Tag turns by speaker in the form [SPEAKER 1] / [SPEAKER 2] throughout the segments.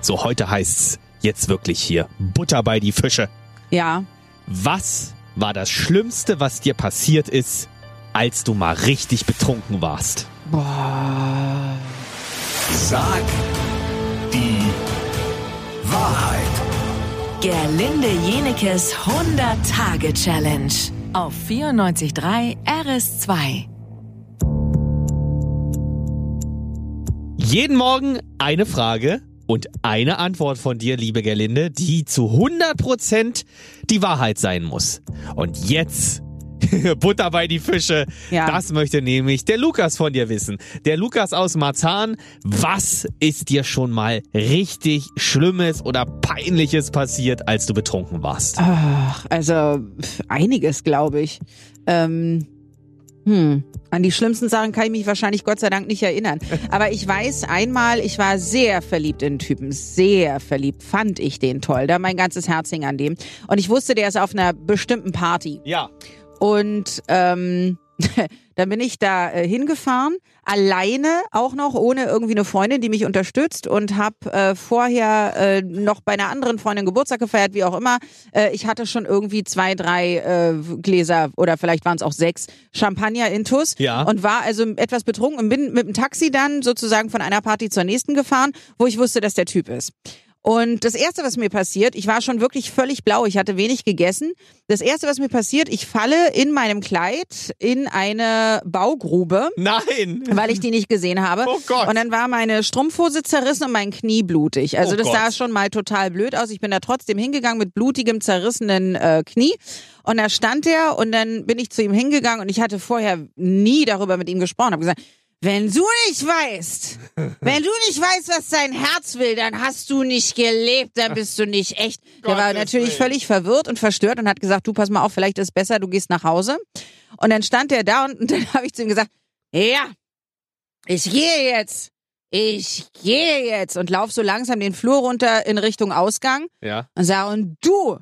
[SPEAKER 1] So, heute heißt's jetzt wirklich hier Butter bei die Fische.
[SPEAKER 2] Ja.
[SPEAKER 1] Was war das Schlimmste, was dir passiert ist, als du mal richtig betrunken warst?
[SPEAKER 2] Boah.
[SPEAKER 3] Sag die Wahrheit.
[SPEAKER 4] Gerlinde Jenekes 100-Tage-Challenge auf 94.3 RS2.
[SPEAKER 1] Jeden Morgen eine Frage und eine Antwort von dir, liebe Gerlinde, die zu 100% die Wahrheit sein muss. Und jetzt Butter bei die Fische.
[SPEAKER 2] Ja.
[SPEAKER 1] Das möchte nämlich der Lukas von dir wissen. Der Lukas aus Marzahn, was ist dir schon mal richtig Schlimmes oder Peinliches passiert, als du betrunken warst?
[SPEAKER 2] Ach, also pf, einiges, glaube ich. Ähm, hm. An die schlimmsten Sachen kann ich mich wahrscheinlich Gott sei Dank nicht erinnern. Aber ich weiß einmal, ich war sehr verliebt in den Typen. Sehr verliebt. Fand ich den toll. Da mein ganzes Herz hing an dem. Und ich wusste, der ist auf einer bestimmten Party.
[SPEAKER 1] Ja.
[SPEAKER 2] Und ähm, dann bin ich da äh, hingefahren, alleine auch noch, ohne irgendwie eine Freundin, die mich unterstützt und habe äh, vorher äh, noch bei einer anderen Freundin Geburtstag gefeiert, wie auch immer. Äh, ich hatte schon irgendwie zwei, drei äh, Gläser oder vielleicht waren es auch sechs Champagner intus
[SPEAKER 1] Ja.
[SPEAKER 2] und war also etwas betrunken und bin mit dem Taxi dann sozusagen von einer Party zur nächsten gefahren, wo ich wusste, dass der Typ ist. Und das erste, was mir passiert, ich war schon wirklich völlig blau, ich hatte wenig gegessen. Das erste, was mir passiert, ich falle in meinem Kleid in eine Baugrube,
[SPEAKER 1] Nein.
[SPEAKER 2] weil ich die nicht gesehen habe.
[SPEAKER 1] Oh Gott.
[SPEAKER 2] Und dann war meine Strumpfhose zerrissen und mein Knie blutig. Also
[SPEAKER 1] Oh
[SPEAKER 2] das
[SPEAKER 1] Gott.
[SPEAKER 2] sah schon mal total blöd aus. Ich bin da trotzdem hingegangen mit blutigem, zerrissenen äh, Knie. Und da stand er und dann bin ich zu ihm hingegangen und ich hatte vorher nie darüber mit ihm gesprochen. Habe gesagt, wenn du nicht weißt, wenn du nicht weißt, was dein Herz will, dann hast du nicht gelebt, dann bist du nicht echt. Der war
[SPEAKER 1] Gottes
[SPEAKER 2] natürlich
[SPEAKER 1] Willen.
[SPEAKER 2] völlig verwirrt und verstört und hat gesagt, du pass mal auf, vielleicht ist besser, du gehst nach Hause. Und dann stand er da und, und dann habe ich zu ihm gesagt, ja, ich gehe jetzt. Ich gehe jetzt und lauf so langsam den Flur runter in Richtung Ausgang
[SPEAKER 1] Ja.
[SPEAKER 2] und sag, und du,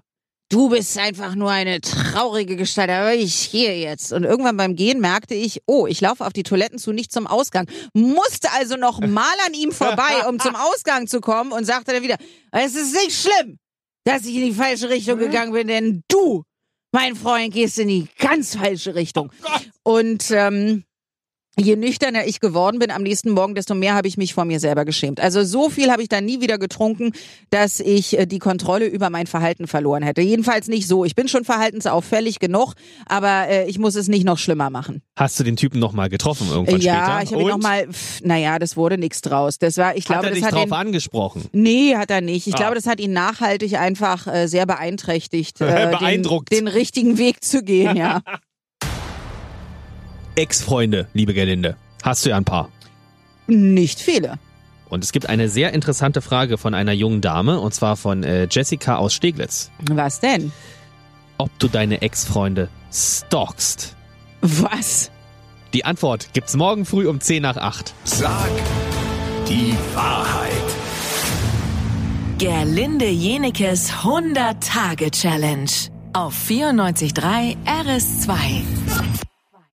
[SPEAKER 2] du bist einfach nur eine traurige Gestalt, aber ich gehe jetzt. Und irgendwann beim Gehen merkte ich, oh, ich laufe auf die Toiletten zu, nicht zum Ausgang. Musste also noch mal an ihm vorbei, um zum Ausgang zu kommen und sagte dann wieder, es ist nicht schlimm, dass ich in die falsche Richtung gegangen bin, denn du, mein Freund, gehst in die ganz falsche Richtung. und ähm, Je nüchterner ich geworden bin am nächsten Morgen, desto mehr habe ich mich vor mir selber geschämt. Also so viel habe ich dann nie wieder getrunken, dass ich äh, die Kontrolle über mein Verhalten verloren hätte. Jedenfalls nicht so. Ich bin schon verhaltensauffällig genug, aber äh, ich muss es nicht noch schlimmer machen.
[SPEAKER 1] Hast du den Typen nochmal getroffen irgendwann
[SPEAKER 2] ja,
[SPEAKER 1] später?
[SPEAKER 2] ich habe ihn
[SPEAKER 1] Und?
[SPEAKER 2] nochmal, naja, das wurde nichts draus. Das war, ich
[SPEAKER 1] Hat
[SPEAKER 2] glaube,
[SPEAKER 1] er dich
[SPEAKER 2] das hat
[SPEAKER 1] drauf
[SPEAKER 2] ihn,
[SPEAKER 1] angesprochen?
[SPEAKER 2] Nee, hat er nicht. Ich
[SPEAKER 1] Ah.
[SPEAKER 2] glaube, das hat ihn nachhaltig einfach äh, sehr beeinträchtigt, äh,
[SPEAKER 1] Beeindruckt.
[SPEAKER 2] Den, den richtigen Weg zu gehen, ja.
[SPEAKER 1] Ex-Freunde, liebe Gerlinde. Hast du ja ein paar.
[SPEAKER 2] nicht viele.
[SPEAKER 1] Und es gibt eine sehr interessante Frage von einer jungen Dame, und zwar von äh, Jessica aus Steglitz.
[SPEAKER 2] Was denn?
[SPEAKER 1] Ob du deine Ex-Freunde stalkst?
[SPEAKER 2] Was?
[SPEAKER 1] Die Antwort gibt's morgen früh um 10 nach 8.
[SPEAKER 3] Sag die Wahrheit.
[SPEAKER 4] Gerlinde Jenekes 100-Tage-Challenge auf 94.3 RS2.